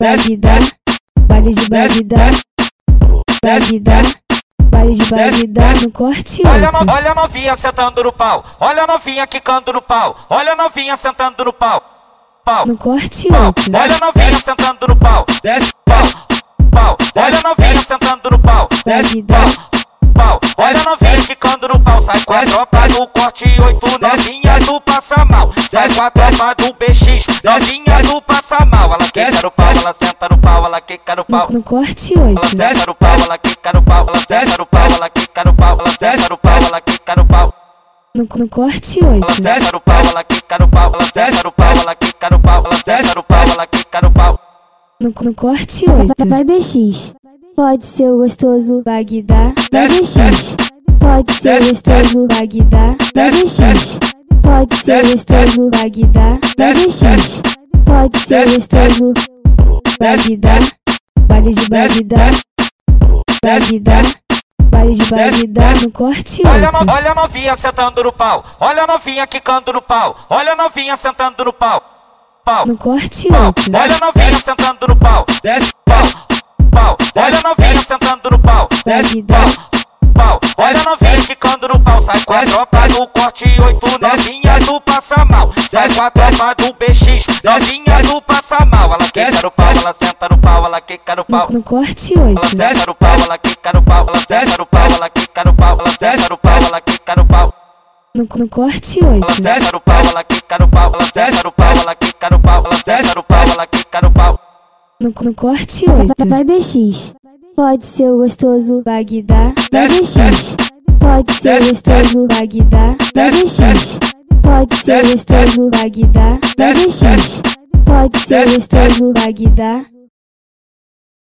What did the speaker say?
barrida, baile de barrida, barrida, baile de barrida no corte Olha, a outro. no- olha a novinha sentando no pau. Olha a novinha quicando no pau. Olha a novinha sentando no pau. Pau. No corte pau. outro. Olha a novinha sentando no pau. Pau. Pau. Olha a novinha sentando no pau. Barrida, Pau. Pau. Olha a novinha quicando no pau. Sai com a tropa do corte 8. Novinha do passa mal. Sai com a tropa do BX. Novinha do passa mal. Ela quica no pau. Ela senta no pau. Ela quica no pau. no, no corte Ela outro. senta no pau, ela quica no pau, ela senta no pau, ela quica no pau, ela senta no pau, ela quica no pau, No, no corte ela outro. senta no pau, ela quica no pau, ela senta no pau, ela quica no pau, ela senta no pau, ela quica no pau. No, no corte outro. Vai BX, pode ser o gostoso. Bagdá, Vai BX, pode ser o gostoso. Bagdá, Vai BX, pode ser o gostoso. Bagdá, Vai BX, pode ser o gostoso. Bagdá, baile de barrida, barrida, baile de barrida no corte Olha, a no- outro. olha a novinha sentando no pau, olha a novinha quicando no pau, olha a novinha sentando no pau, pau, No corte pau, outro. olha a novinha sentando no pau, pau, pau, olha a novinha sentando no pau, Bagdá, pau, pau. Olha novinha quicando no pau, sai com a tropa do corte 8, novinha do passa mal. Sai com a tropa do BX, novinha do passa mal. Ela quica no pau, ela senta no pau, ela quica no no, pau. no corte Ela outro. senta no pau, ela quica no pau, ela senta no pau, ela quica no pau, ela senta no pau, ela quica no pau. No, no corte Ela outro. senta no pau, ela quica no pau, ela senta no pau, ela quica no pau, ela senta no pau, ela quica no pau. No, no corte outro. Vai BX, pode ser o gostoso. Bagdá, Vai BX, pode ser o gostoso. Bagdá, Vai BX, pode ser o gostoso. Bagdá, Vai BX, pode ser o gostoso. Bagdá,